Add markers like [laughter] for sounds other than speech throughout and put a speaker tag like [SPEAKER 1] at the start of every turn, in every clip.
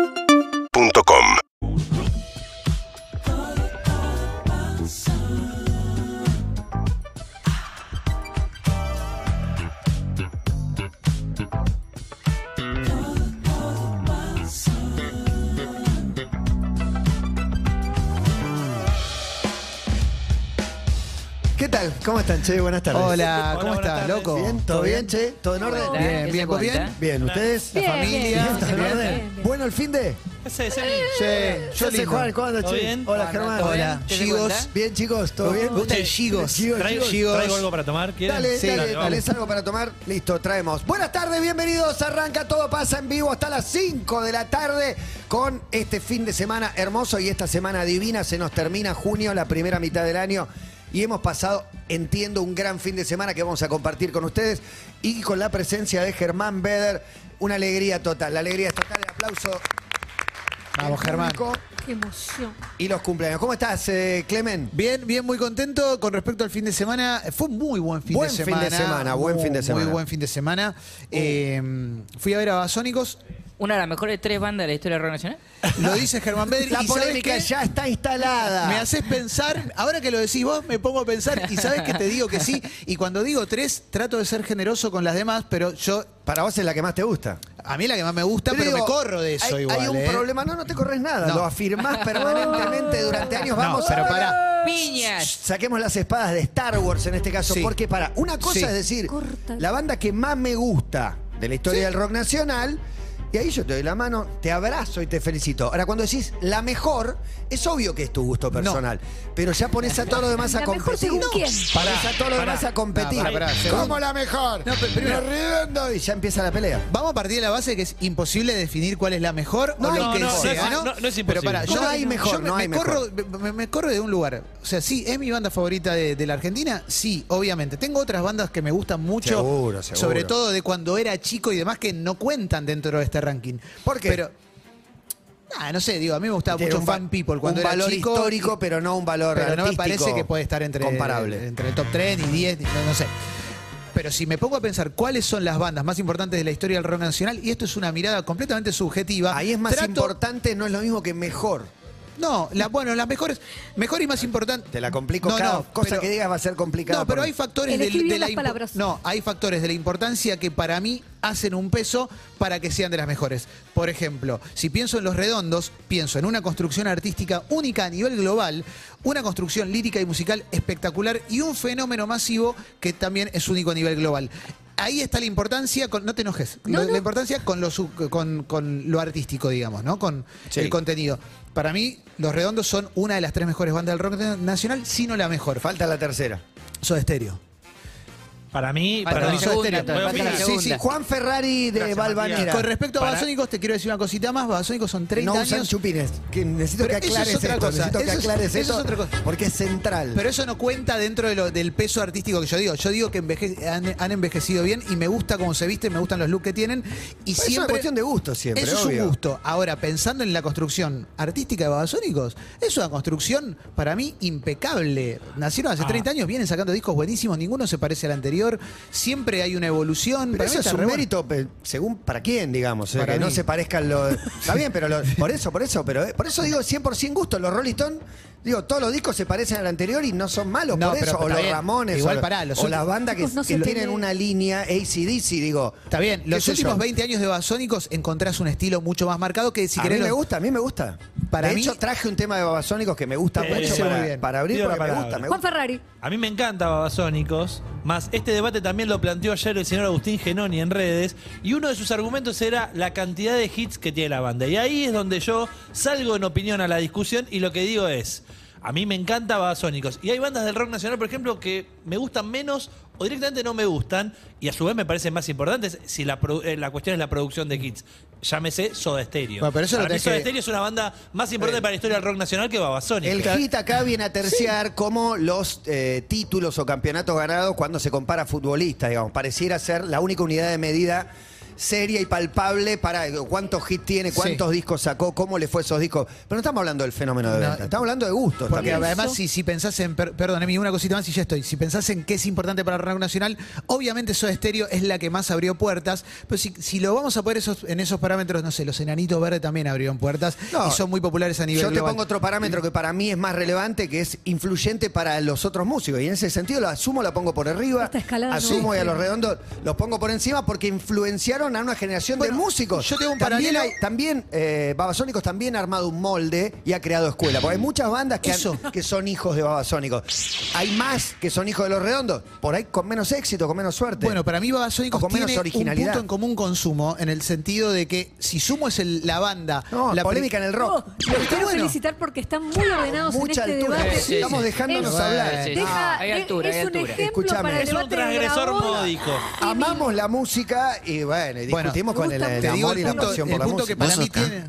[SPEAKER 1] UrbanaPlayFM.com
[SPEAKER 2] ¿Qué tal? ¿Cómo están, Che? Buenas tardes.
[SPEAKER 3] Hola, ¿cómo
[SPEAKER 4] buenas
[SPEAKER 3] estás,
[SPEAKER 4] tardes.
[SPEAKER 3] loco?
[SPEAKER 2] ¿Bien? ¿Todo bien, Che? ¿Todo en orden?
[SPEAKER 5] Hola.
[SPEAKER 3] Bien,
[SPEAKER 5] ¿Qué
[SPEAKER 3] bien,
[SPEAKER 5] se
[SPEAKER 3] ¿vos bien?
[SPEAKER 5] cuenta?
[SPEAKER 2] Bien, ¿ustedes?
[SPEAKER 3] ¿La
[SPEAKER 5] Bien,
[SPEAKER 3] familia?
[SPEAKER 5] bien,
[SPEAKER 2] ¿Todo en
[SPEAKER 5] bien,
[SPEAKER 2] orden?
[SPEAKER 5] bien, bien.
[SPEAKER 2] ¿Bueno el fin de?
[SPEAKER 4] Sí, sí.
[SPEAKER 3] Sí,
[SPEAKER 2] Yo sé Juan, ¿cómo andas,
[SPEAKER 4] ¿Todo
[SPEAKER 2] Che?
[SPEAKER 4] bien?
[SPEAKER 2] Hola,
[SPEAKER 5] Juan,
[SPEAKER 2] Germán.
[SPEAKER 5] ¿todo bien?
[SPEAKER 3] Hola,
[SPEAKER 5] ¿Qué se
[SPEAKER 3] chicos.
[SPEAKER 5] cuenta?
[SPEAKER 2] Bien, chicos, ¿todo bien?
[SPEAKER 3] Me gusta el Gigos.
[SPEAKER 2] Gigos,
[SPEAKER 4] Traigo,
[SPEAKER 3] Chicos.
[SPEAKER 4] traigo algo para tomar. ¿Quieren?
[SPEAKER 2] Dale,
[SPEAKER 3] Sí.
[SPEAKER 2] dale,
[SPEAKER 4] Dale, vamos.
[SPEAKER 2] dale, algo para tomar. Listo, traemos. Buenas tardes, bienvenidos. Arranca todo pasa en vivo hasta las 5 de la tarde con este fin de semana hermoso y esta semana divina. Se nos termina junio, la primera mitad del año. Y hemos pasado, entiendo, un gran fin de semana que vamos a compartir con ustedes y con la presencia de Germán Beder. Una alegría total, la alegría es total. El aplauso.
[SPEAKER 3] Vamos,
[SPEAKER 2] del
[SPEAKER 3] Germán.
[SPEAKER 2] público
[SPEAKER 5] Qué emoción.
[SPEAKER 2] Y los cumpleaños. ¿Cómo estás, eh, Clemen?
[SPEAKER 3] Bien, bien, muy contento con respecto al fin de semana. Fue un muy buen fin
[SPEAKER 2] Buen
[SPEAKER 3] de
[SPEAKER 2] fin
[SPEAKER 3] semana.
[SPEAKER 2] de semana, buen
[SPEAKER 3] Muy,
[SPEAKER 2] fin de semana. Uh.
[SPEAKER 3] Muy buen fin de semana. Eh, fui a ver a Basónicos.
[SPEAKER 5] Una de las mejores tres bandas de la historia de Rock Nacional.
[SPEAKER 3] Lo dice Germán
[SPEAKER 2] [laughs]
[SPEAKER 3] Bedri.
[SPEAKER 2] La
[SPEAKER 3] ¿y sabes
[SPEAKER 2] polémica
[SPEAKER 3] qué?
[SPEAKER 2] ya está instalada.
[SPEAKER 3] Me haces pensar, ahora que lo decís vos, me pongo a pensar y sabes que te digo que sí. Y cuando digo tres, trato de ser generoso con las demás, pero yo,
[SPEAKER 2] Para vos es la que más te gusta.
[SPEAKER 3] a mí es la que más me gusta, pero,
[SPEAKER 2] digo,
[SPEAKER 3] me corro de eso
[SPEAKER 2] hay,
[SPEAKER 3] igual.
[SPEAKER 2] Hay un
[SPEAKER 3] ¿eh?
[SPEAKER 2] problema, no, no te corres nada.
[SPEAKER 3] No.
[SPEAKER 2] Lo afirmás permanentemente durante años. Vamos
[SPEAKER 3] no, pero
[SPEAKER 2] a
[SPEAKER 3] pará.
[SPEAKER 5] Piñas.
[SPEAKER 2] Saquemos las espadas de Star Wars en este caso,
[SPEAKER 3] Sí.
[SPEAKER 2] porque para una cosa
[SPEAKER 3] Sí.
[SPEAKER 2] es decir,
[SPEAKER 5] Corta.
[SPEAKER 2] la banda que más me gusta de la historia del rock nacional, y ahí yo te doy la mano, te abrazo y te felicito. Ahora, cuando decís la mejor, es obvio que es tu gusto personal, pero ya pones a todos los demás a
[SPEAKER 5] [laughs] ¿La mejor
[SPEAKER 2] competir.
[SPEAKER 5] según quién?
[SPEAKER 2] Pones a todos los
[SPEAKER 4] pará.
[SPEAKER 2] demás a competir.
[SPEAKER 3] No, pará, pará, según-
[SPEAKER 2] ¿Cómo la mejor?
[SPEAKER 3] No, pero primero-
[SPEAKER 2] Me rindo y ya empieza la pelea.
[SPEAKER 3] Vamos a partir de la base de que es imposible definir cuál es la mejor
[SPEAKER 2] No,
[SPEAKER 3] o lo
[SPEAKER 2] no,
[SPEAKER 3] que
[SPEAKER 2] no,
[SPEAKER 3] sea,
[SPEAKER 4] no es-
[SPEAKER 3] ¿no?
[SPEAKER 4] no, no es imposible.
[SPEAKER 3] Pero pará,
[SPEAKER 2] No hay mejor,
[SPEAKER 3] me,
[SPEAKER 2] no hay
[SPEAKER 3] me corro, me, me corro de un lugar. O sea, sí, es mi banda favorita de, de la Argentina, sí, obviamente. Tengo otras bandas que me gustan mucho,
[SPEAKER 2] Seguro, seguro.
[SPEAKER 3] sobre todo de cuando era chico y demás, que no cuentan dentro de este ranking.
[SPEAKER 2] ¿Por qué?
[SPEAKER 3] Pero, ah, no sé, digo, a mí me gustaba
[SPEAKER 2] Tiene
[SPEAKER 3] mucho
[SPEAKER 2] un
[SPEAKER 3] Fan
[SPEAKER 2] va-
[SPEAKER 3] People cuando
[SPEAKER 2] un
[SPEAKER 3] era
[SPEAKER 2] valor
[SPEAKER 3] chico.
[SPEAKER 2] histórico, pero no un valor
[SPEAKER 3] Pero no me
[SPEAKER 2] artístico
[SPEAKER 3] parece que puede estar entre,
[SPEAKER 2] comparable.
[SPEAKER 3] entre el top 3 y 10, no, no sé. Pero si me pongo a pensar cuáles son las bandas más importantes de la historia del rock nacional, y esto es una mirada completamente subjetiva.
[SPEAKER 2] Ahí es más
[SPEAKER 3] trato-
[SPEAKER 2] importante, no es lo mismo que mejor.
[SPEAKER 3] No, la- bueno, las mejores. Mejor y más importante.
[SPEAKER 2] Te la complico
[SPEAKER 3] No,
[SPEAKER 2] cada
[SPEAKER 3] no,
[SPEAKER 2] cosa
[SPEAKER 3] pero-
[SPEAKER 2] que digas va a ser complicada.
[SPEAKER 3] No, pero
[SPEAKER 2] por-
[SPEAKER 3] hay factores
[SPEAKER 5] Elegí
[SPEAKER 3] del- de,
[SPEAKER 5] bien
[SPEAKER 3] la
[SPEAKER 5] las
[SPEAKER 3] impo-
[SPEAKER 5] palabras.
[SPEAKER 3] No, hay factores de la importancia que para mí hacen un peso para que sean de las mejores. Por ejemplo, si pienso en los redondos, pienso en una construcción artística única a nivel global, una construcción lírica y musical espectacular y un fenómeno masivo que también es único a nivel global. Ahí está la importancia, con- no te enojes,
[SPEAKER 5] No,
[SPEAKER 3] lo-
[SPEAKER 5] no.
[SPEAKER 3] la importancia con lo, sub- con, con lo artístico, digamos, ¿no? Con
[SPEAKER 2] Sí.
[SPEAKER 3] el contenido. Para mí, Los Redondos son una de las tres mejores bandas del rock nacional, si no la mejor.
[SPEAKER 2] Falta la tercera.
[SPEAKER 3] Soda Stereo.
[SPEAKER 4] Para mí,
[SPEAKER 5] Falta
[SPEAKER 4] para
[SPEAKER 3] la
[SPEAKER 4] mí.
[SPEAKER 3] segunda,
[SPEAKER 4] Voy a
[SPEAKER 3] falta la
[SPEAKER 4] opinar.
[SPEAKER 3] segunda.
[SPEAKER 2] Sí, sí, Juan Ferrari de
[SPEAKER 4] Gracias,
[SPEAKER 2] Valvanera.
[SPEAKER 4] Matías.
[SPEAKER 3] Con respecto a
[SPEAKER 4] Para-
[SPEAKER 3] Babasónicos, te quiero decir una cosita más. Babasónicos son 30
[SPEAKER 2] No usan
[SPEAKER 3] años.
[SPEAKER 2] chupines. Que necesito
[SPEAKER 3] Pero
[SPEAKER 2] que
[SPEAKER 3] eso es
[SPEAKER 2] aclares
[SPEAKER 3] otra
[SPEAKER 2] esto,
[SPEAKER 3] cosa,
[SPEAKER 2] necesito que
[SPEAKER 3] eso es-
[SPEAKER 2] aclares
[SPEAKER 3] eso es
[SPEAKER 2] esto,
[SPEAKER 3] otra cosa.
[SPEAKER 2] Porque es central.
[SPEAKER 3] Pero eso no cuenta dentro de lo- del peso artístico que yo digo. Yo digo que enveje- han, han envejecido bien y me gusta cómo se visten, me gustan los looks que tienen. Y
[SPEAKER 2] Pero
[SPEAKER 3] siempre,
[SPEAKER 2] es una cuestión de gusto siempre,
[SPEAKER 3] Eso es
[SPEAKER 2] obvio.
[SPEAKER 3] un gusto. Ahora, pensando en la construcción artística de Babasónicos, es una construcción para mí impecable. Nacieron hace
[SPEAKER 4] Ah.
[SPEAKER 3] 30 años, vienen sacando discos buenísimos, ninguno se parece al anterior. Siempre hay una evolución.
[SPEAKER 2] Pero
[SPEAKER 3] Para mí
[SPEAKER 2] eso es
[SPEAKER 3] está
[SPEAKER 2] un
[SPEAKER 3] re bueno.
[SPEAKER 2] mérito pe- según para quién, digamos. eh,
[SPEAKER 3] Para
[SPEAKER 2] que no
[SPEAKER 3] mí.
[SPEAKER 2] se parezcan
[SPEAKER 3] [laughs]
[SPEAKER 2] los. Está bien, pero lo- por eso, por eso, pero eh, por eso digo 100% gusto. Los Rolling Stones, digo, todos los discos se parecen al anterior y no son malos
[SPEAKER 3] No,
[SPEAKER 2] por
[SPEAKER 3] pero
[SPEAKER 2] eso. o
[SPEAKER 3] está
[SPEAKER 2] los
[SPEAKER 3] bien.
[SPEAKER 2] Ramones,
[SPEAKER 3] Igual
[SPEAKER 2] o,
[SPEAKER 3] pará, los
[SPEAKER 2] o
[SPEAKER 3] ult-
[SPEAKER 2] las bandas que,
[SPEAKER 5] Chicos, no se
[SPEAKER 2] que tienen
[SPEAKER 5] entiende.
[SPEAKER 2] una línea ACDC, digo.
[SPEAKER 3] Está bien,
[SPEAKER 2] ¿qué
[SPEAKER 3] los
[SPEAKER 2] sé
[SPEAKER 3] últimos
[SPEAKER 2] yo?
[SPEAKER 3] 20 años de Babasónicos encontrás un estilo mucho más marcado que si
[SPEAKER 2] a
[SPEAKER 3] querés
[SPEAKER 2] mí me
[SPEAKER 3] los-
[SPEAKER 2] gusta, a mí me gusta.
[SPEAKER 3] Para
[SPEAKER 2] de
[SPEAKER 3] mí-
[SPEAKER 2] hecho, traje un tema de Babasónicos que me gusta
[SPEAKER 4] Eh,
[SPEAKER 2] mucho
[SPEAKER 4] parece
[SPEAKER 2] para,
[SPEAKER 3] muy bien.
[SPEAKER 2] para abrir
[SPEAKER 4] Pido la
[SPEAKER 2] porque me
[SPEAKER 4] palabra.
[SPEAKER 2] gusta. Me
[SPEAKER 5] Juan
[SPEAKER 2] gusta.
[SPEAKER 5] Ferrari.
[SPEAKER 4] A mí me encanta Babasónicos, más este debate también lo planteó ayer el señor Agustín Genoni en redes, y uno de sus argumentos era la cantidad de hits que tiene la banda. Y ahí es donde yo salgo en opinión a la discusión y lo que digo es, a mí me encanta Babasónicos. Y hay bandas del rock nacional, por ejemplo, que me gustan menos o directamente no me gustan, y a su vez me parecen más importantes si la, produ- eh, la cuestión es la producción de hits. Llámese Soda Stereo.
[SPEAKER 3] Bueno, pero eso lo
[SPEAKER 4] para mí
[SPEAKER 3] tenés
[SPEAKER 4] Soda
[SPEAKER 3] que- Eh,
[SPEAKER 4] Stereo es una banda más importante para la historia del rock nacional que Babasónicos.
[SPEAKER 2] El hit acá viene a terciar como los eh, títulos o campeonatos ganados cuando se compara a futbolistas, digamos. Pareciera ser la única unidad de medida seria y palpable para eh, cuántos hits tiene, cuántos
[SPEAKER 3] Sí.
[SPEAKER 2] discos sacó, cómo le fue esos discos. Pero no estamos hablando del fenómeno de
[SPEAKER 3] No.
[SPEAKER 2] venta, estamos hablando de gustos
[SPEAKER 3] Porque
[SPEAKER 2] también.
[SPEAKER 3] además, si, si pensás en, per- perdón, Emi, una cosita más y ya estoy. Si pensás en qué es importante para el rock nacional, obviamente Soda Stereo es la que más abrió puertas. Pero si, si lo vamos a poner esos, en esos parámetros, no sé, los Enanitos Verdes también abrieron puertas
[SPEAKER 2] No.
[SPEAKER 3] y son muy populares a nivel
[SPEAKER 2] Yo te
[SPEAKER 3] global.
[SPEAKER 2] pongo otro parámetro que para mí es más relevante, que es influyente para los otros músicos. Y en ese sentido lo asumo, la pongo por arriba.
[SPEAKER 1] Esta escalada no
[SPEAKER 2] asumo
[SPEAKER 1] va.
[SPEAKER 2] y a los redondos los pongo por encima porque influenciaron a una generación
[SPEAKER 3] Bueno,
[SPEAKER 2] de músicos.
[SPEAKER 3] yo tengo un
[SPEAKER 2] también
[SPEAKER 3] paralelo-
[SPEAKER 2] hay- también eh, Babasónicos también ha armado un molde y ha creado escuela. Porque hay muchas bandas que, han-
[SPEAKER 3] Eso.
[SPEAKER 2] que son hijos de Babasónicos. Hay más que son hijos de los redondos. Por ahí con menos éxito, con menos suerte.
[SPEAKER 3] Bueno, para mí
[SPEAKER 2] O
[SPEAKER 3] Babasónicos
[SPEAKER 2] con menos
[SPEAKER 3] tiene un
[SPEAKER 2] originalidad.
[SPEAKER 3] punto en común con Sumo, en el sentido de que si Sumo es el- la banda...
[SPEAKER 2] no,
[SPEAKER 3] la
[SPEAKER 2] la polémica en el rock.
[SPEAKER 1] Oh, los
[SPEAKER 3] Está
[SPEAKER 1] quiero
[SPEAKER 3] bueno.
[SPEAKER 1] felicitar porque están muy ordenados
[SPEAKER 2] Mucha
[SPEAKER 1] en este
[SPEAKER 2] altura. ¿eh?
[SPEAKER 1] debate.
[SPEAKER 5] Sí, sí,
[SPEAKER 2] Estamos
[SPEAKER 5] sí.
[SPEAKER 2] dejándonos
[SPEAKER 3] Es-
[SPEAKER 2] hablar.
[SPEAKER 5] Sí, sí.
[SPEAKER 1] Deja-
[SPEAKER 5] hay
[SPEAKER 1] de-
[SPEAKER 5] altura,
[SPEAKER 1] es
[SPEAKER 5] hay
[SPEAKER 1] un
[SPEAKER 5] altura.
[SPEAKER 1] ejemplo
[SPEAKER 2] Escúchame.
[SPEAKER 1] para el
[SPEAKER 4] Es un
[SPEAKER 1] debate de
[SPEAKER 4] transgresor
[SPEAKER 1] Grabois.
[SPEAKER 4] módico.
[SPEAKER 2] Amamos la música y bueno, y
[SPEAKER 3] Bueno,
[SPEAKER 2] discutimos
[SPEAKER 1] me
[SPEAKER 2] con el,
[SPEAKER 1] gusta
[SPEAKER 2] el
[SPEAKER 1] mucho.
[SPEAKER 3] Te digo
[SPEAKER 2] amor
[SPEAKER 3] el
[SPEAKER 2] y la
[SPEAKER 3] punto,
[SPEAKER 2] pasión
[SPEAKER 3] el
[SPEAKER 2] por la
[SPEAKER 3] punto
[SPEAKER 2] música.
[SPEAKER 3] que para
[SPEAKER 6] Vos
[SPEAKER 3] mí
[SPEAKER 6] sos ca-
[SPEAKER 3] tiene...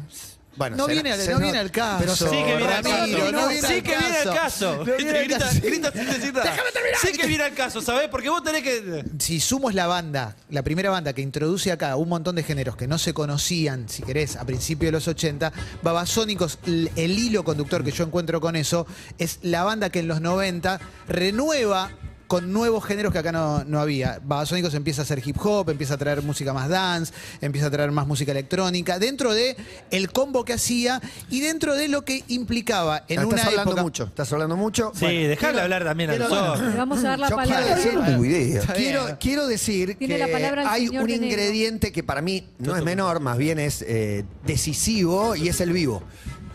[SPEAKER 2] Bueno,
[SPEAKER 3] no
[SPEAKER 2] se-
[SPEAKER 3] viene al-
[SPEAKER 2] se
[SPEAKER 3] no
[SPEAKER 2] nota-
[SPEAKER 3] viene al caso,
[SPEAKER 2] Pero se-
[SPEAKER 4] Sí que viene al
[SPEAKER 3] Ramiro,
[SPEAKER 4] caso.
[SPEAKER 3] no viene
[SPEAKER 4] sí
[SPEAKER 3] al
[SPEAKER 4] que viene al
[SPEAKER 3] caso.
[SPEAKER 4] caso.
[SPEAKER 3] No viene
[SPEAKER 4] Te
[SPEAKER 3] al
[SPEAKER 4] grita-
[SPEAKER 3] caso.
[SPEAKER 4] grita sin decir nada. Sí que viene al caso, ¿sabés? Porque vos tenés que.
[SPEAKER 3] Si Sumo es la banda, la primera banda que introduce acá un montón de géneros que no se conocían, si querés, a principios de los 80, Babasónicos, l- el hilo conductor que yo encuentro con eso, es la banda que en los 90 renueva con nuevos géneros que acá no, no había. Babasónicos empieza a hacer hip hop, empieza a traer música más dance, empieza a traer más música electrónica, dentro de el combo que hacía y dentro de lo que implicaba en
[SPEAKER 2] estás
[SPEAKER 3] una
[SPEAKER 2] hablando
[SPEAKER 3] época...
[SPEAKER 2] mucho, estás hablando mucho.
[SPEAKER 4] Sí, dejale hablar también al
[SPEAKER 2] quiero-
[SPEAKER 1] Le
[SPEAKER 4] sol.
[SPEAKER 1] vamos a dar la
[SPEAKER 2] Yo
[SPEAKER 1] palabra.
[SPEAKER 2] quiero decir-
[SPEAKER 6] No tengo idea.
[SPEAKER 3] Está bien.
[SPEAKER 2] Quiero, quiero decir
[SPEAKER 1] Tiene
[SPEAKER 2] que
[SPEAKER 1] la palabra el
[SPEAKER 2] hay
[SPEAKER 1] señor
[SPEAKER 2] un
[SPEAKER 1] de negro.
[SPEAKER 2] ingrediente que para mí no es menor, más bien es eh, decisivo y es el vivo.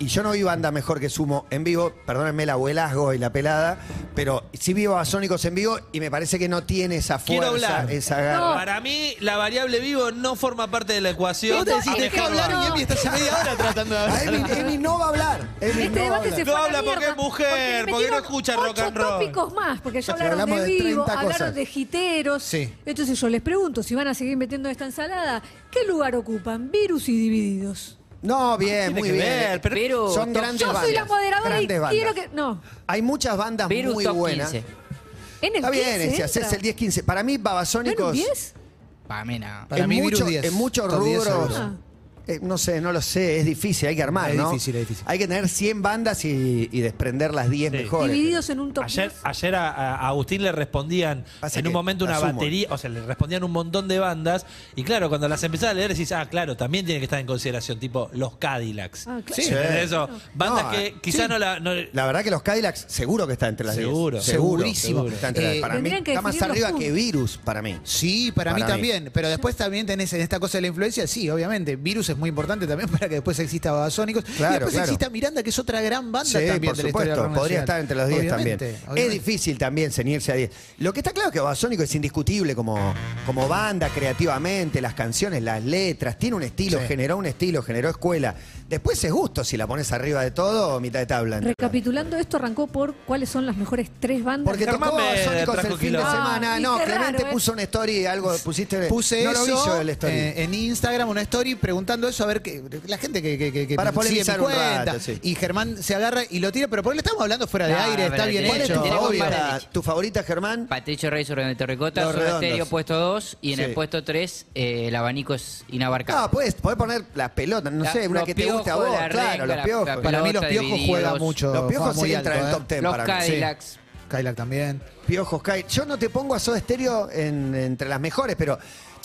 [SPEAKER 2] Y yo no vi banda mejor que Sumo en vivo, perdónenme el abuelazgo y la pelada, pero sí vi a Sónicos en vivo y me parece que no tiene esa
[SPEAKER 4] Quiero
[SPEAKER 2] fuerza,
[SPEAKER 4] hablar.
[SPEAKER 2] esa garra.
[SPEAKER 4] Para mí, la variable vivo no forma parte de la ecuación.
[SPEAKER 1] Vos decís,
[SPEAKER 4] Ah,
[SPEAKER 1] dejá
[SPEAKER 4] déjalo
[SPEAKER 1] hablar y Emi
[SPEAKER 3] está hace media hora tratando de
[SPEAKER 2] A Emi, Emi no va a hablar. Emi
[SPEAKER 1] Este
[SPEAKER 2] no va a
[SPEAKER 1] debate
[SPEAKER 2] hablar.
[SPEAKER 1] se
[SPEAKER 4] No
[SPEAKER 1] fue a la
[SPEAKER 4] habla porque
[SPEAKER 1] mierda,
[SPEAKER 4] es mujer,
[SPEAKER 1] le
[SPEAKER 4] porque no
[SPEAKER 1] metieron
[SPEAKER 4] escucha rock
[SPEAKER 1] ocho
[SPEAKER 4] and roll.
[SPEAKER 1] tópicos más, porque ya
[SPEAKER 2] Porque
[SPEAKER 1] hablaron
[SPEAKER 2] hablamos
[SPEAKER 1] de
[SPEAKER 2] de
[SPEAKER 1] vivo,
[SPEAKER 2] 30
[SPEAKER 1] hablaron
[SPEAKER 2] cosas.
[SPEAKER 1] de jiteros.
[SPEAKER 3] Sí.
[SPEAKER 1] Entonces yo les pregunto, si van a seguir metiendo esta ensalada, ¿qué lugar ocupan? Virus y divididos.
[SPEAKER 2] No, bien,
[SPEAKER 4] Tiene
[SPEAKER 2] muy
[SPEAKER 4] que
[SPEAKER 2] bien.
[SPEAKER 4] ver, pero-
[SPEAKER 5] Pero-
[SPEAKER 2] Son grandes
[SPEAKER 1] yo soy la
[SPEAKER 2] bandas,
[SPEAKER 1] moderadora y
[SPEAKER 2] grandes bandas.
[SPEAKER 1] quiero que... No,
[SPEAKER 2] Hay muchas bandas
[SPEAKER 5] Virus
[SPEAKER 2] muy
[SPEAKER 5] top
[SPEAKER 2] buenas.
[SPEAKER 5] 15.
[SPEAKER 1] en el
[SPEAKER 2] Está bien,
[SPEAKER 1] 15
[SPEAKER 2] si
[SPEAKER 1] entra.
[SPEAKER 2] haces el 10-15. Para mí,
[SPEAKER 1] ¿No en un
[SPEAKER 2] Babasónicos.
[SPEAKER 1] 10?
[SPEAKER 5] Para mí no.
[SPEAKER 3] Para
[SPEAKER 2] en,
[SPEAKER 3] mí,
[SPEAKER 2] mucho-
[SPEAKER 3] Virus 10.
[SPEAKER 2] en muchos
[SPEAKER 3] Top 10
[SPEAKER 2] rubros.
[SPEAKER 1] seguro.
[SPEAKER 2] eh, no sé, no lo sé, es difícil, hay que armar,
[SPEAKER 3] Es
[SPEAKER 2] ¿no?
[SPEAKER 3] difícil, es difícil.
[SPEAKER 2] Hay que tener 100 bandas y, y desprender las 10
[SPEAKER 4] Sí.
[SPEAKER 2] mejores.
[SPEAKER 1] Divididos en un top
[SPEAKER 4] Ayer,
[SPEAKER 1] 10.
[SPEAKER 4] ayer a, a Agustín le respondían
[SPEAKER 2] Pasa
[SPEAKER 4] en
[SPEAKER 2] que
[SPEAKER 4] un
[SPEAKER 2] ¿eh?
[SPEAKER 4] momento una
[SPEAKER 2] asumo.
[SPEAKER 4] batería, o sea, le respondían un montón de bandas. Y claro, cuando las empezás a leer decís, ah, claro, también tiene que estar en consideración, tipo los Cadillacs.
[SPEAKER 1] Ah, claro.
[SPEAKER 2] Sí.
[SPEAKER 4] ¿entendés eso? Bandas
[SPEAKER 2] No,
[SPEAKER 4] que
[SPEAKER 2] eh,
[SPEAKER 4] quizás
[SPEAKER 2] sí.
[SPEAKER 4] no la. no-
[SPEAKER 2] La verdad que los Cadillacs seguro que está entre las 10.
[SPEAKER 4] Seguro.
[SPEAKER 3] Segurísimo.
[SPEAKER 2] Está entre las-
[SPEAKER 3] Eh,
[SPEAKER 2] para mí
[SPEAKER 1] Tendrían que
[SPEAKER 2] está más
[SPEAKER 1] definirlo
[SPEAKER 2] arriba que
[SPEAKER 1] juntos.
[SPEAKER 2] Virus, para mí.
[SPEAKER 3] Sí, para, mí,
[SPEAKER 2] Para mí.
[SPEAKER 3] también. Pero después también tenés en esta cosa de la influencia, sí, obviamente. Virus es muy importante también [laughs] para que después exista Babasónicos.
[SPEAKER 2] Claro,
[SPEAKER 3] y después
[SPEAKER 2] claro.
[SPEAKER 3] exista Miranda, que es otra gran banda
[SPEAKER 2] Sí,
[SPEAKER 3] también
[SPEAKER 2] por
[SPEAKER 3] de la historia del
[SPEAKER 2] supuesto,
[SPEAKER 3] rock
[SPEAKER 2] podría estar
[SPEAKER 3] nacional.
[SPEAKER 2] entre los 10 también.
[SPEAKER 3] Obviamente, obviamente.
[SPEAKER 2] Es difícil también ceñirse a 10. Lo que está claro es que Babasónico es indiscutible como, como banda, creativamente, las canciones, las letras, tiene un estilo,
[SPEAKER 3] Sí.
[SPEAKER 2] generó un estilo, generó escuela. Después es gusto si la pones arriba de todo o mitad de tabla.
[SPEAKER 1] Recapitulando, esto arrancó por cuáles son las mejores tres bandas.
[SPEAKER 2] Porque tocó
[SPEAKER 4] Germán me
[SPEAKER 2] Babasónicos el fin
[SPEAKER 4] trajo
[SPEAKER 2] de
[SPEAKER 4] quilombo.
[SPEAKER 2] semana.
[SPEAKER 1] Ah,
[SPEAKER 2] no,
[SPEAKER 1] y qué
[SPEAKER 2] Clemente
[SPEAKER 1] raro, ¿eh?
[SPEAKER 2] puso una story, algo pusiste.
[SPEAKER 3] Puse
[SPEAKER 2] no
[SPEAKER 3] eso
[SPEAKER 2] lo vi yo el story.
[SPEAKER 3] eh, en Instagram, una story, preguntando eso, a ver, que, la gente que, que, que- que
[SPEAKER 2] Para
[SPEAKER 3] sigue mi
[SPEAKER 2] polemizar un
[SPEAKER 3] cuenta.
[SPEAKER 2] rato, sí.
[SPEAKER 3] Y Germán se agarra y lo tira, pero por él estamos hablando fuera de
[SPEAKER 5] No,
[SPEAKER 3] aire,
[SPEAKER 5] no,
[SPEAKER 3] está
[SPEAKER 5] pero
[SPEAKER 3] bien
[SPEAKER 2] ¿Cuál
[SPEAKER 5] tiene-
[SPEAKER 2] es
[SPEAKER 3] hecho.
[SPEAKER 2] tu
[SPEAKER 5] tiene
[SPEAKER 3] obvio.
[SPEAKER 5] comparación.
[SPEAKER 2] favorita, tu favorita, Germán?
[SPEAKER 5] Patricio Reyes, Orden Terricota,
[SPEAKER 2] Los
[SPEAKER 5] Soda
[SPEAKER 2] Redondos.
[SPEAKER 5] Stereo, puesto 2. Y en
[SPEAKER 2] Sí.
[SPEAKER 5] el puesto 3, el abanico es
[SPEAKER 2] No,
[SPEAKER 5] inabarcable.
[SPEAKER 2] puedes, podés poner las pelotas, no
[SPEAKER 5] La-
[SPEAKER 2] sé, una
[SPEAKER 5] los
[SPEAKER 2] que te guste a
[SPEAKER 5] piojos,
[SPEAKER 2] vos,
[SPEAKER 5] la
[SPEAKER 2] claro,
[SPEAKER 5] renga,
[SPEAKER 2] los
[SPEAKER 5] la-
[SPEAKER 2] piojos.
[SPEAKER 5] la-
[SPEAKER 3] Para mí los
[SPEAKER 5] Pelota,
[SPEAKER 3] piojos juegan
[SPEAKER 5] divididos.
[SPEAKER 3] mucho.
[SPEAKER 2] Los piojos
[SPEAKER 3] juegan muy
[SPEAKER 2] sí entran en
[SPEAKER 3] alto,
[SPEAKER 2] el top
[SPEAKER 3] ¿eh?
[SPEAKER 2] 10
[SPEAKER 5] Los
[SPEAKER 2] para mí.
[SPEAKER 5] Cadillacs.
[SPEAKER 3] Sí. Cadillac también.
[SPEAKER 2] Piojos Kai. Yo no te pongo a Soda Stereo en- entre las mejores, pero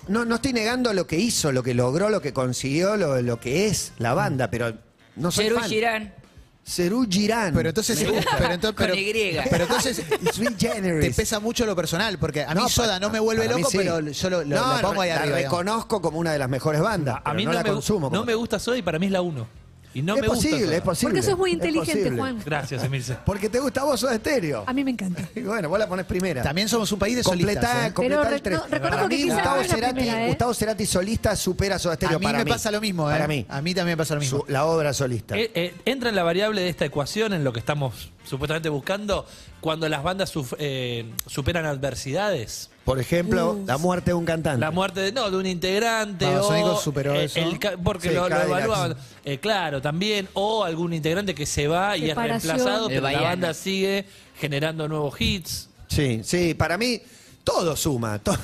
[SPEAKER 2] no, no estoy negando lo que hizo, lo que logró, lo que consiguió, lo, lo que es la banda, pero no soy
[SPEAKER 5] Cerú
[SPEAKER 2] fan. [laughs]
[SPEAKER 5] Girán. [laughs]
[SPEAKER 2] Cerú Girán.
[SPEAKER 3] Pero entonces, pero, entonces-
[SPEAKER 5] Con
[SPEAKER 3] pero-
[SPEAKER 5] Y.
[SPEAKER 2] [laughs]
[SPEAKER 3] pero entonces
[SPEAKER 2] Sweet Generis.
[SPEAKER 3] te pesa mucho lo personal, porque a mí
[SPEAKER 2] No,
[SPEAKER 3] Soda
[SPEAKER 2] para-
[SPEAKER 3] no me vuelve
[SPEAKER 2] para mí
[SPEAKER 3] loco,
[SPEAKER 2] sí.
[SPEAKER 3] pero yo lo, lo-
[SPEAKER 2] No,
[SPEAKER 3] lo pongo ahí
[SPEAKER 2] la
[SPEAKER 3] arriba. digamos.
[SPEAKER 2] reconozco como una de las mejores bandas.
[SPEAKER 4] a mí
[SPEAKER 2] no,
[SPEAKER 4] no,
[SPEAKER 2] la
[SPEAKER 4] me, gu-
[SPEAKER 2] consumo.
[SPEAKER 4] no
[SPEAKER 2] como-
[SPEAKER 4] me gusta Soda y para mí es la 1. Y no
[SPEAKER 2] es
[SPEAKER 4] me
[SPEAKER 2] posible,
[SPEAKER 4] gusta. Soda.
[SPEAKER 2] es posible.
[SPEAKER 1] Porque sos muy
[SPEAKER 2] es
[SPEAKER 1] inteligente,
[SPEAKER 2] posible.
[SPEAKER 1] Juan.
[SPEAKER 2] [laughs]
[SPEAKER 4] Gracias, Emilce.
[SPEAKER 2] Porque te gusta a vos Soda Stereo.
[SPEAKER 1] A mí me encanta.
[SPEAKER 2] [laughs] Y bueno, vos la ponés primera.
[SPEAKER 3] También somos un país de
[SPEAKER 2] Completá,
[SPEAKER 3] solistas. ¿eh?
[SPEAKER 2] completá el
[SPEAKER 1] Pero re-
[SPEAKER 2] tres.
[SPEAKER 1] no, reconozco
[SPEAKER 2] para
[SPEAKER 1] que
[SPEAKER 2] mí,
[SPEAKER 1] quizás
[SPEAKER 2] Gustavo,
[SPEAKER 1] no es la
[SPEAKER 2] Cerati,
[SPEAKER 1] primera, ¿eh?
[SPEAKER 2] Gustavo Cerati solista supera a Soda Stereo
[SPEAKER 3] A mí
[SPEAKER 2] para
[SPEAKER 3] me
[SPEAKER 2] mí.
[SPEAKER 3] pasa lo mismo, ¿eh?
[SPEAKER 2] Para mí.
[SPEAKER 3] A mí también me pasa lo mismo.
[SPEAKER 2] Su- la obra solista.
[SPEAKER 4] Eh, eh, entra en la variable de esta ecuación, en lo que estamos supuestamente buscando, cuando las bandas suf- eh, superan adversidades.
[SPEAKER 2] Por ejemplo, la muerte de un cantante.
[SPEAKER 4] La muerte de, no, de un integrante.
[SPEAKER 3] Babasónicos
[SPEAKER 4] o,
[SPEAKER 3] superó
[SPEAKER 4] eh,
[SPEAKER 3] eso.
[SPEAKER 4] ca- porque
[SPEAKER 2] Sí,
[SPEAKER 4] lo, lo
[SPEAKER 2] Cadillacs.
[SPEAKER 4] evaluaban. Eh, claro, también. O algún integrante que se va y es
[SPEAKER 1] Separación.
[SPEAKER 4] reemplazado,
[SPEAKER 5] El
[SPEAKER 4] pero la
[SPEAKER 5] Bahiano.
[SPEAKER 4] banda sigue generando nuevos hits.
[SPEAKER 2] Sí, sí, para mí todo suma. to-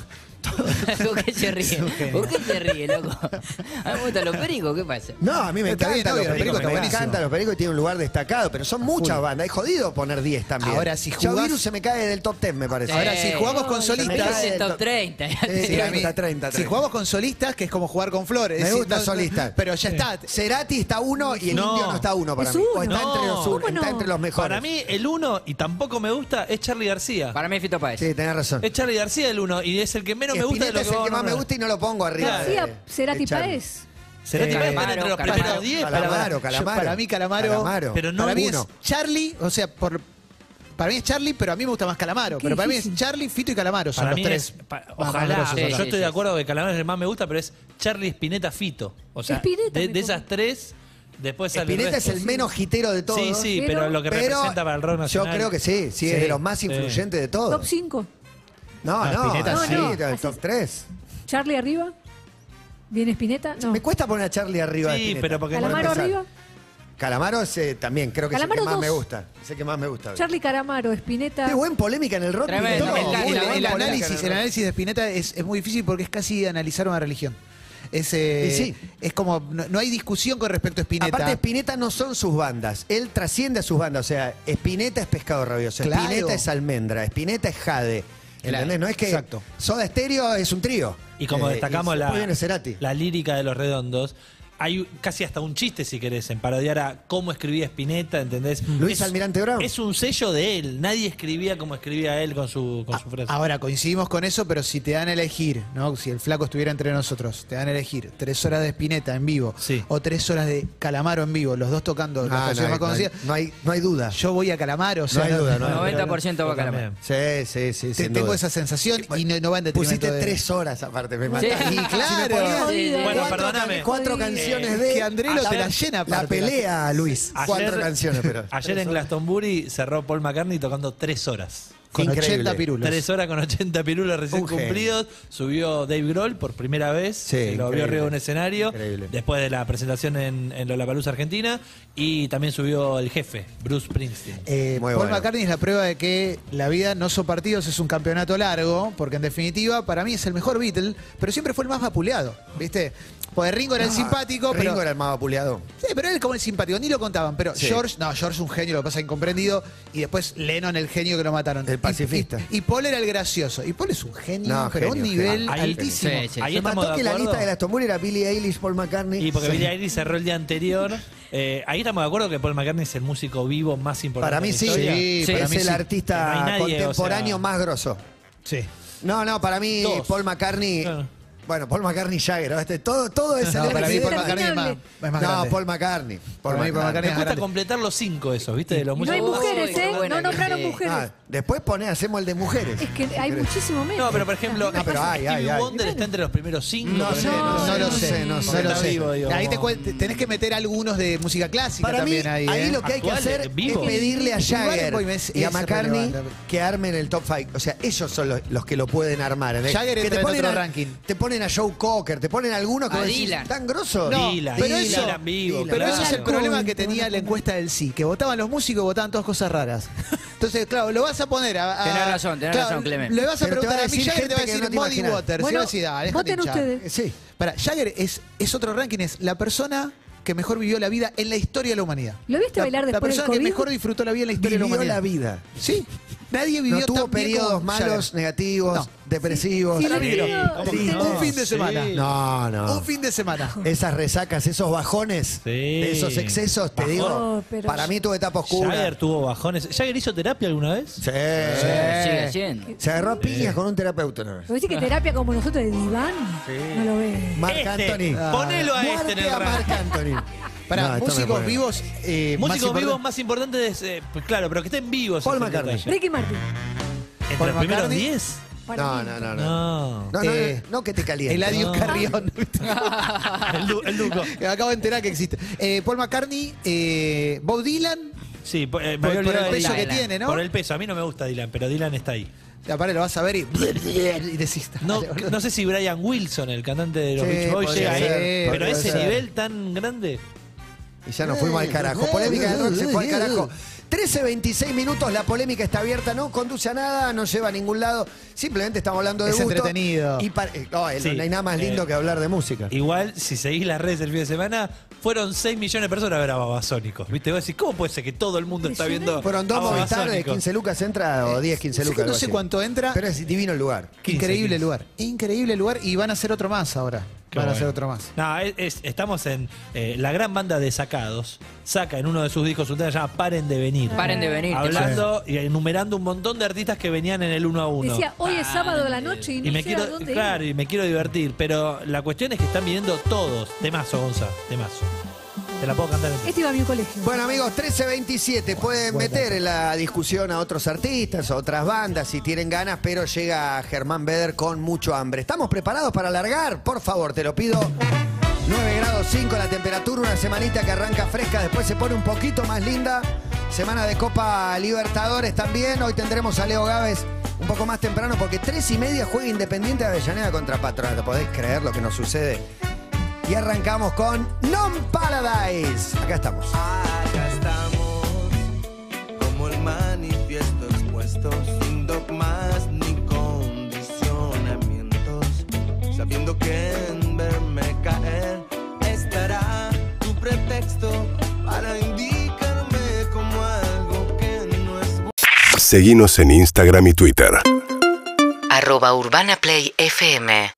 [SPEAKER 5] ¿Por qué se ríe? ¿Por qué se ríe, loco? [laughs] ¿A mí me gustan los pericos? ¿Qué pasa?
[SPEAKER 2] No, a mí me
[SPEAKER 3] Está bien,
[SPEAKER 2] encantan
[SPEAKER 3] obvio,
[SPEAKER 2] los
[SPEAKER 3] los pericos
[SPEAKER 2] pericos,
[SPEAKER 3] está
[SPEAKER 2] me
[SPEAKER 3] buenísimo.
[SPEAKER 2] encantan los pericos y tiene un lugar destacado, pero son muchas bandas. Es jodido poner 10 también.
[SPEAKER 3] Ahora, si
[SPEAKER 2] Ya
[SPEAKER 3] jugás-
[SPEAKER 2] Virus se me cae del top 10, me parece.
[SPEAKER 3] Ahora, si jugamos con
[SPEAKER 5] Ay,
[SPEAKER 2] solistas-
[SPEAKER 5] Pericos es
[SPEAKER 2] Eh,
[SPEAKER 5] top 30. [laughs]
[SPEAKER 2] Eh,
[SPEAKER 3] Sí, a mí-
[SPEAKER 2] 30, 30,
[SPEAKER 3] Si
[SPEAKER 2] 30.
[SPEAKER 3] jugamos con solistas, que es como jugar con flores.
[SPEAKER 2] Me
[SPEAKER 3] es decir,
[SPEAKER 2] gusta solista.
[SPEAKER 3] Pero ya está.
[SPEAKER 2] Cerati está uno y el
[SPEAKER 4] No.
[SPEAKER 2] indio no está uno para
[SPEAKER 1] Es
[SPEAKER 2] mí.
[SPEAKER 1] uno.
[SPEAKER 2] O está,
[SPEAKER 4] No.
[SPEAKER 2] entre los, un-
[SPEAKER 1] ¿Cómo no?
[SPEAKER 2] está entre los mejores.
[SPEAKER 4] Para mí, el uno, y tampoco me gusta, es Charlie García.
[SPEAKER 5] Para mí es Fito Páez.
[SPEAKER 2] Sí, tenés razón.
[SPEAKER 4] Es Charlie García el uno, y es el que menos me gusta de
[SPEAKER 2] Spinetta
[SPEAKER 4] lo
[SPEAKER 2] es
[SPEAKER 4] que
[SPEAKER 2] el
[SPEAKER 4] vos
[SPEAKER 2] que más me
[SPEAKER 4] nombrás.
[SPEAKER 2] gusta y no lo pongo arriba. de-
[SPEAKER 1] García,
[SPEAKER 2] de
[SPEAKER 1] Cerati
[SPEAKER 2] Charlie.
[SPEAKER 1] Páez.
[SPEAKER 4] Cerati
[SPEAKER 5] Eh,
[SPEAKER 4] Páez está entre los
[SPEAKER 5] Calamaro,
[SPEAKER 4] primeros 10, pero-
[SPEAKER 2] Calamaro,
[SPEAKER 3] Yo-
[SPEAKER 2] Calamaro.
[SPEAKER 3] para mí, Calamaro.
[SPEAKER 2] Calamaro.
[SPEAKER 4] Pero no
[SPEAKER 3] para mí
[SPEAKER 2] uno.
[SPEAKER 3] es Charlie, o sea, por, para mí es Charlie, pero a mí me gusta más Calamaro.
[SPEAKER 1] Qué
[SPEAKER 3] Pero para mí es
[SPEAKER 1] difícil.
[SPEAKER 3] Charlie, Fito y Calamaro. Son
[SPEAKER 4] Para
[SPEAKER 3] los
[SPEAKER 4] mí
[SPEAKER 3] tres.
[SPEAKER 4] es- pa-
[SPEAKER 3] más- más
[SPEAKER 4] ojalá,
[SPEAKER 3] grosos,
[SPEAKER 5] sí,
[SPEAKER 4] eh,
[SPEAKER 3] ojalá.
[SPEAKER 4] yo estoy de
[SPEAKER 5] sí,
[SPEAKER 4] acuerdo que Calamar es el más me gusta, pero es Charlie Spinetta Fito. O sea,
[SPEAKER 1] Spinetta
[SPEAKER 4] de,
[SPEAKER 1] me
[SPEAKER 4] de
[SPEAKER 1] gusta.
[SPEAKER 4] esas tres, después sale el
[SPEAKER 2] Spinetta es
[SPEAKER 4] resto.
[SPEAKER 2] el menos hitero de todos.
[SPEAKER 4] Sí, sí, pero,
[SPEAKER 1] Pero-
[SPEAKER 4] lo que
[SPEAKER 2] pero
[SPEAKER 4] representa para el rock nacional.
[SPEAKER 2] Yo creo que sí, sí, es de los más
[SPEAKER 4] sí.
[SPEAKER 2] influyentes de
[SPEAKER 1] Top
[SPEAKER 2] todos.
[SPEAKER 1] 5.
[SPEAKER 2] No,
[SPEAKER 3] Ah,
[SPEAKER 2] no,
[SPEAKER 3] Spinetta
[SPEAKER 2] no,
[SPEAKER 1] sí.
[SPEAKER 2] no,
[SPEAKER 1] No, no,
[SPEAKER 2] el top
[SPEAKER 1] así-
[SPEAKER 2] 3.
[SPEAKER 1] Charlie arriba. ¿Viene Spinetta? No.
[SPEAKER 2] Me cuesta poner a Charlie arriba. de
[SPEAKER 4] Sí,
[SPEAKER 2] Spinetta,
[SPEAKER 4] pero porque-
[SPEAKER 2] para
[SPEAKER 1] Calamaro
[SPEAKER 2] empezar.
[SPEAKER 1] arriba.
[SPEAKER 2] Calamaro es, eh, también, creo que es el
[SPEAKER 1] Calamaro
[SPEAKER 2] que más
[SPEAKER 1] dos.
[SPEAKER 2] me gusta. Es el que más me gusta.
[SPEAKER 1] Charlie Caramaro, Spinetta.
[SPEAKER 2] Qué buen polémica en el rock.
[SPEAKER 5] Tremendo,
[SPEAKER 2] Todo,
[SPEAKER 5] me
[SPEAKER 2] muy
[SPEAKER 3] el,
[SPEAKER 5] encanta.
[SPEAKER 2] buena
[SPEAKER 3] el- el
[SPEAKER 2] polémica en
[SPEAKER 3] análisis, el
[SPEAKER 2] rock.
[SPEAKER 3] análisis de Spinetta es, es muy difícil porque es casi analizar una religión. Es, eh,
[SPEAKER 2] Y sí.
[SPEAKER 3] es como, no, no hay discusión con respecto a Spinetta.
[SPEAKER 2] Aparte, Spinetta no son sus bandas. Él trasciende a sus bandas. O sea, Spinetta es pescado rabioso.
[SPEAKER 3] Claro.
[SPEAKER 2] Spinetta es almendra. Spinetta es jade.
[SPEAKER 5] Claro.
[SPEAKER 2] ¿Entendés? No es que
[SPEAKER 3] Exacto.
[SPEAKER 2] Soda Stereo es un trío.
[SPEAKER 4] Y como
[SPEAKER 2] Eh,
[SPEAKER 4] destacamos
[SPEAKER 2] y
[SPEAKER 4] la,
[SPEAKER 2] después viene Cerati.
[SPEAKER 4] la lírica de los redondos, hay u- casi hasta un chiste, si querés, en parodiar a cómo escribía Spinetta, ¿entendés?
[SPEAKER 2] Luis Almirante Brown.
[SPEAKER 4] Es un sello de él. Nadie escribía como escribía él con su, con su frase.
[SPEAKER 3] Ah, Ahora, coincidimos con eso, pero si te dan a elegir, ¿no? Si el flaco estuviera entre nosotros, te dan a elegir tres horas de Spinetta en vivo
[SPEAKER 4] Sí.
[SPEAKER 3] o tres horas de Calamaro en vivo, los dos tocando
[SPEAKER 2] No,
[SPEAKER 3] las
[SPEAKER 2] Ah, no,
[SPEAKER 3] canciones
[SPEAKER 2] hay,
[SPEAKER 3] más
[SPEAKER 2] no, hay,
[SPEAKER 3] conocidas,
[SPEAKER 2] no hay- no hay duda.
[SPEAKER 3] yo voy a Calamaro. O sea,
[SPEAKER 2] hay duda, no hay duda.
[SPEAKER 5] 90% va
[SPEAKER 4] Yo
[SPEAKER 5] Calamaro.
[SPEAKER 2] Sí,
[SPEAKER 4] también.
[SPEAKER 2] sí, sí.
[SPEAKER 3] te-
[SPEAKER 2] sin
[SPEAKER 3] tengo
[SPEAKER 2] duda.
[SPEAKER 3] esa sensación y no, no va en detrimento
[SPEAKER 2] Pusiste
[SPEAKER 3] de- [laughs]
[SPEAKER 2] tres horas aparte, me
[SPEAKER 5] Sí.
[SPEAKER 2] mataste.
[SPEAKER 5] Y
[SPEAKER 3] claro.
[SPEAKER 2] ponías
[SPEAKER 5] Sí, sí.
[SPEAKER 4] Bueno,
[SPEAKER 2] cuatro,
[SPEAKER 4] perdóname.
[SPEAKER 2] Cuatro canciones de.
[SPEAKER 3] que André lo te la
[SPEAKER 4] ayer-
[SPEAKER 3] llena.
[SPEAKER 2] La
[SPEAKER 3] aparte,
[SPEAKER 2] pelea, Luis.
[SPEAKER 4] Ayer-
[SPEAKER 2] Cuatro canciones, pero.
[SPEAKER 4] [laughs] Ayer en Glastonbury cerró Paul McCartney tocando tres horas.
[SPEAKER 3] Con
[SPEAKER 2] Increíble.
[SPEAKER 3] 80 pirulos.
[SPEAKER 4] Tres horas con 80 pirulos recién
[SPEAKER 2] Un genio.
[SPEAKER 4] cumplidos. Subió Dave Grohl por primera vez.
[SPEAKER 2] Sí,
[SPEAKER 4] que lo
[SPEAKER 2] increíble.
[SPEAKER 4] vio arriba de un escenario.
[SPEAKER 2] Increíble.
[SPEAKER 4] Después de la presentación en, en Lollapalooza, Argentina. Y también subió el jefe, Bruce Springsteen.
[SPEAKER 3] Eh,
[SPEAKER 2] Muy
[SPEAKER 3] Paul
[SPEAKER 2] bueno.
[SPEAKER 3] McCartney es la prueba de que la vida no son partidos, es un campeonato largo, porque en definitiva para mí es el mejor Beatle, pero siempre fue el más vapuleado, ¿viste? Pues Ringo era el simpático,
[SPEAKER 2] Ah, Ringo
[SPEAKER 3] pero...
[SPEAKER 2] era el más vapuleado.
[SPEAKER 3] Sí, pero él como el simpático, ni lo contaban, pero
[SPEAKER 2] Sí.
[SPEAKER 3] George, no, George un genio, lo que pasa es incomprendido, y después Lennon el genio que lo mataron.
[SPEAKER 2] El
[SPEAKER 3] Y-
[SPEAKER 2] pacifista.
[SPEAKER 3] Y, y Paul era el gracioso, y Paul es un genio,
[SPEAKER 2] No,
[SPEAKER 3] pero a un
[SPEAKER 2] genio,
[SPEAKER 3] nivel
[SPEAKER 2] genio.
[SPEAKER 4] Ahí-
[SPEAKER 3] altísimo.
[SPEAKER 5] Sí, sí.
[SPEAKER 4] Ahí
[SPEAKER 2] Me
[SPEAKER 4] estamos
[SPEAKER 2] mató
[SPEAKER 4] de
[SPEAKER 2] que la
[SPEAKER 4] acuerdo.
[SPEAKER 2] lista de las Tombury era Billie Eilish, Paul McCartney.
[SPEAKER 4] Y porque
[SPEAKER 2] Sí.
[SPEAKER 4] Billie Eilish cerró el día anterior. Eh, ahí estamos de acuerdo que Paul McCartney es el músico vivo más importante.
[SPEAKER 2] Para mí
[SPEAKER 4] de la
[SPEAKER 2] sí,
[SPEAKER 4] historia.
[SPEAKER 3] Sí,
[SPEAKER 5] Sí.
[SPEAKER 2] es
[SPEAKER 5] para mí
[SPEAKER 2] el
[SPEAKER 3] sí.
[SPEAKER 2] artista
[SPEAKER 4] No hay nadie,
[SPEAKER 2] contemporáneo
[SPEAKER 4] o sea-
[SPEAKER 2] más grosso.
[SPEAKER 3] Sí.
[SPEAKER 2] No, no, para mí
[SPEAKER 4] Dos.
[SPEAKER 2] Paul McCartney.
[SPEAKER 4] Claro.
[SPEAKER 2] Bueno, Paul McCartney y Jagger, ¿viste? todo, todo es
[SPEAKER 3] No,
[SPEAKER 2] el
[SPEAKER 3] para mí Paul McCartney es más,
[SPEAKER 1] Interminable.
[SPEAKER 3] es más
[SPEAKER 2] No,
[SPEAKER 3] grande.
[SPEAKER 2] Paul McCartney.
[SPEAKER 3] Para mí Paul McCartney
[SPEAKER 4] Me
[SPEAKER 3] es
[SPEAKER 4] cuesta
[SPEAKER 3] grande.
[SPEAKER 4] completar los cinco esos, ¿viste? De los
[SPEAKER 1] Y no hay
[SPEAKER 4] músicos.
[SPEAKER 1] mujeres,
[SPEAKER 5] Uy, qué
[SPEAKER 1] ¿eh?
[SPEAKER 5] buena
[SPEAKER 1] No
[SPEAKER 5] que
[SPEAKER 1] nombraron
[SPEAKER 5] sí.
[SPEAKER 1] mujeres.
[SPEAKER 2] Ah, después poné, hacemos el de mujeres.
[SPEAKER 1] Es que hay muchísimo menos.
[SPEAKER 4] No, pero por ejemplo,
[SPEAKER 2] No, pero hay, hay,
[SPEAKER 4] Stevie
[SPEAKER 2] hay.
[SPEAKER 4] Wonder está entre los primeros cinco.
[SPEAKER 2] No sé,
[SPEAKER 3] No,
[SPEAKER 2] no
[SPEAKER 3] lo sé, no,
[SPEAKER 2] sé,
[SPEAKER 3] lo
[SPEAKER 4] Está
[SPEAKER 3] sé.
[SPEAKER 4] vivo, digo,
[SPEAKER 3] ahí te
[SPEAKER 4] como-
[SPEAKER 3] cuen- te- tenés que meter algunos de música clásica
[SPEAKER 2] Para mí,
[SPEAKER 3] también
[SPEAKER 2] ahí,
[SPEAKER 3] ahí. ¿eh?
[SPEAKER 2] lo que hay que
[SPEAKER 4] Actuales,
[SPEAKER 2] hacer
[SPEAKER 4] vivos.
[SPEAKER 2] es pedirle a
[SPEAKER 3] Igual
[SPEAKER 2] Jagger
[SPEAKER 3] voy, es-
[SPEAKER 2] y a
[SPEAKER 3] es
[SPEAKER 2] McCartney
[SPEAKER 3] relevante.
[SPEAKER 2] que armen el top 5. O sea, ellos son los, los que lo pueden armar. ¿entendés?
[SPEAKER 3] Jagger
[SPEAKER 2] que
[SPEAKER 3] entra en otro
[SPEAKER 2] a,
[SPEAKER 3] ranking.
[SPEAKER 2] Te ponen a Joe Cocker, te ponen a alguno que
[SPEAKER 5] A
[SPEAKER 2] vos decís,
[SPEAKER 5] Dylan.
[SPEAKER 2] tan grosso.
[SPEAKER 3] No,
[SPEAKER 4] Dylan,
[SPEAKER 3] pero
[SPEAKER 4] Dylan,
[SPEAKER 3] eso,
[SPEAKER 4] Dylan vivo,
[SPEAKER 3] pero
[SPEAKER 4] claro.
[SPEAKER 3] eso es el problema que tenía la encuesta del sí, que votaban los músicos y votaban todas cosas raras. Entonces, claro, lo vas a poner a. a-
[SPEAKER 5] Tenés razón, tenés
[SPEAKER 3] claro,
[SPEAKER 5] razón, Clemen.
[SPEAKER 3] Le vas a
[SPEAKER 2] Pero te
[SPEAKER 3] preguntar
[SPEAKER 2] va a
[SPEAKER 3] a Mick
[SPEAKER 2] decir
[SPEAKER 3] Jagger y te va a
[SPEAKER 2] gente que
[SPEAKER 3] decir
[SPEAKER 2] no te
[SPEAKER 3] Muddy
[SPEAKER 2] imaginas.
[SPEAKER 3] Waters. y
[SPEAKER 1] Bueno,
[SPEAKER 3] vas a decir, "Ah, déjate
[SPEAKER 1] voten
[SPEAKER 3] hinchar".
[SPEAKER 1] ustedes.
[SPEAKER 2] Eh, Sí.
[SPEAKER 3] Pará, Jagger es, es otro ranking, es la persona que mejor vivió la vida en la historia de la humanidad.
[SPEAKER 1] ¿Lo viste
[SPEAKER 3] La-
[SPEAKER 1] bailar
[SPEAKER 3] La
[SPEAKER 1] después del
[SPEAKER 3] persona que
[SPEAKER 1] COVID?
[SPEAKER 3] mejor disfrutó la vida en la historia de la
[SPEAKER 2] Vivió
[SPEAKER 3] humanidad.
[SPEAKER 2] la vida.
[SPEAKER 3] Sí. Nadie vivió
[SPEAKER 2] No tuvo
[SPEAKER 3] tan bien
[SPEAKER 2] periodos
[SPEAKER 3] como Jagger.
[SPEAKER 2] malos, negativos,
[SPEAKER 3] No.
[SPEAKER 2] depresivos.
[SPEAKER 1] Sí, sí,
[SPEAKER 4] Sí,
[SPEAKER 1] Pero-
[SPEAKER 4] ¿cómo que no?
[SPEAKER 3] Un fin de
[SPEAKER 4] Sí.
[SPEAKER 3] semana.
[SPEAKER 2] No, no.
[SPEAKER 3] Un fin de semana.
[SPEAKER 2] Esas resacas, esos bajones,
[SPEAKER 4] Sí.
[SPEAKER 2] esos excesos, te
[SPEAKER 4] Bajón.
[SPEAKER 2] digo,
[SPEAKER 1] No, pero-
[SPEAKER 2] para mí tuve etapa oscura.
[SPEAKER 4] Jagger tuvo bajones. ¿Jagger hizo terapia alguna vez?
[SPEAKER 2] Sí.
[SPEAKER 5] Sigue haciendo.
[SPEAKER 2] Se agarró a piñas con un terapeuta una vez.
[SPEAKER 1] ¿Lo viste que terapia como nosotros de diván? No lo ves.
[SPEAKER 2] Marc
[SPEAKER 4] Este,
[SPEAKER 2] Anthony.
[SPEAKER 4] ponelo a este en
[SPEAKER 2] Muerte
[SPEAKER 4] el
[SPEAKER 2] a Marc
[SPEAKER 4] ranking.
[SPEAKER 2] Anthony. Ah. No,
[SPEAKER 3] Ah. Para
[SPEAKER 2] esto me
[SPEAKER 3] músicos
[SPEAKER 2] pone-
[SPEAKER 3] vivos. eh, más
[SPEAKER 4] Músicos
[SPEAKER 3] importante-
[SPEAKER 4] vivos más importantes, eh, pues claro, pero que estén vivos.
[SPEAKER 2] Paul
[SPEAKER 4] ese es el
[SPEAKER 2] McCartney.
[SPEAKER 4] detalle.
[SPEAKER 1] Ricky Martin.
[SPEAKER 4] ¿Entre
[SPEAKER 3] Paul
[SPEAKER 4] los primeros
[SPEAKER 3] McCartney.
[SPEAKER 4] 10?
[SPEAKER 1] para
[SPEAKER 2] No,
[SPEAKER 1] mí.
[SPEAKER 2] no, no, no. No,
[SPEAKER 4] No.
[SPEAKER 2] no,
[SPEAKER 3] Eh,
[SPEAKER 2] no, no que te caliente.
[SPEAKER 3] Eladio
[SPEAKER 4] No.
[SPEAKER 3] Carrión.
[SPEAKER 4] El, du- el Duco.
[SPEAKER 3] [laughs] Me acabo de enterar que existe. Eh, Paul McCartney, eh, Bob Dylan.
[SPEAKER 4] Sí, por, eh, me
[SPEAKER 3] Por-
[SPEAKER 4] había
[SPEAKER 3] por el
[SPEAKER 4] olvidado de
[SPEAKER 3] peso
[SPEAKER 4] Dylan.
[SPEAKER 3] que tiene, ¿no?
[SPEAKER 4] Por el peso. A mí no me gusta Dylan, pero Dylan está ahí.
[SPEAKER 3] Aparte lo vas a ver y, [laughs] y decís. dale,
[SPEAKER 4] No,
[SPEAKER 3] boludo.
[SPEAKER 4] no sé si Brian Wilson, el cantante de los
[SPEAKER 2] Sí,
[SPEAKER 4] Beach Boys,
[SPEAKER 2] podría
[SPEAKER 4] llega ahí.
[SPEAKER 3] ser,
[SPEAKER 4] pero
[SPEAKER 3] podría
[SPEAKER 4] ese
[SPEAKER 3] ser.
[SPEAKER 4] nivel tan grande.
[SPEAKER 2] Y ya nos fuimos al carajo. Polémica del rock se fue al carajo. 13.26 minutos, la polémica está abierta, no conduce a nada, no lleva a ningún lado. Simplemente estamos hablando de
[SPEAKER 3] Es
[SPEAKER 2] gusto.
[SPEAKER 3] entretenido.
[SPEAKER 2] Y par- eh, no, eh,
[SPEAKER 4] Sí.
[SPEAKER 2] no hay nada más lindo
[SPEAKER 4] Eh,
[SPEAKER 2] que hablar de música.
[SPEAKER 4] Igual, si seguís las redes el fin de semana, fueron 6 millones de personas a ver a Babasónicos. ¿Viste? Vos decís, ¿cómo puede ser que todo el mundo está viendo
[SPEAKER 2] Fueron
[SPEAKER 3] Ah,
[SPEAKER 2] dos
[SPEAKER 4] a
[SPEAKER 2] Movistar de
[SPEAKER 4] Babasónicos?
[SPEAKER 2] 15 lucas entra o 10, 15
[SPEAKER 3] Sí,
[SPEAKER 2] lucas.
[SPEAKER 3] no
[SPEAKER 2] algo
[SPEAKER 3] sé
[SPEAKER 2] así.
[SPEAKER 3] cuánto entra.
[SPEAKER 2] Pero es divino el lugar.
[SPEAKER 3] Increíble
[SPEAKER 4] 15.
[SPEAKER 3] lugar. Increíble lugar. Y van a hacer otro más ahora.
[SPEAKER 4] Qué
[SPEAKER 3] van a
[SPEAKER 4] bueno.
[SPEAKER 3] hacer otro más.
[SPEAKER 4] No, es- es- estamos en eh, la gran banda de Sacados. Saca en uno de sus discos un tema que se llama Paren de Venir.
[SPEAKER 5] Paren de venir.
[SPEAKER 4] Hablando y enumerando un montón de artistas que venían en el uno a uno.
[SPEAKER 1] Decía, hoy es
[SPEAKER 5] Ah,
[SPEAKER 1] sábado a la
[SPEAKER 5] no
[SPEAKER 1] noche y no
[SPEAKER 4] y me
[SPEAKER 1] sé a
[SPEAKER 4] quiero,
[SPEAKER 1] dónde ir.
[SPEAKER 4] claro, y me quiero divertir, pero la cuestión es que están viniendo todos. Temazo, Gonza, temazo. Te la puedo cantar entera.
[SPEAKER 1] Este iba a mi colegio.
[SPEAKER 2] Bueno amigos, 1327 pueden meter en la discusión a otros artistas, a otras bandas si tienen ganas, pero llega Germán Beder con mucho hambre. ¿Estamos preparados para alargar? Por favor, te lo pido. 9 grados 5 la temperatura, una semanita que arranca fresca, después se pone un poquito más linda. Semana de Copa Libertadores también. Hoy tendremos a Leo Gávez un poco más temprano porque 3 y media juega Independiente de Avellaneda contra Patronato. ¿Podéis creer lo que nos sucede? Y arrancamos con Non Paradise. Acá estamos.
[SPEAKER 6] Acá estamos, como el manifiesto expuesto, sin dogmas ni condicionamientos, sabiendo que en verme caer estará tu pretexto para indicarme como algo que no es
[SPEAKER 7] Seguinos en Instagram y Twitter.
[SPEAKER 8] arroba urbanaplayfm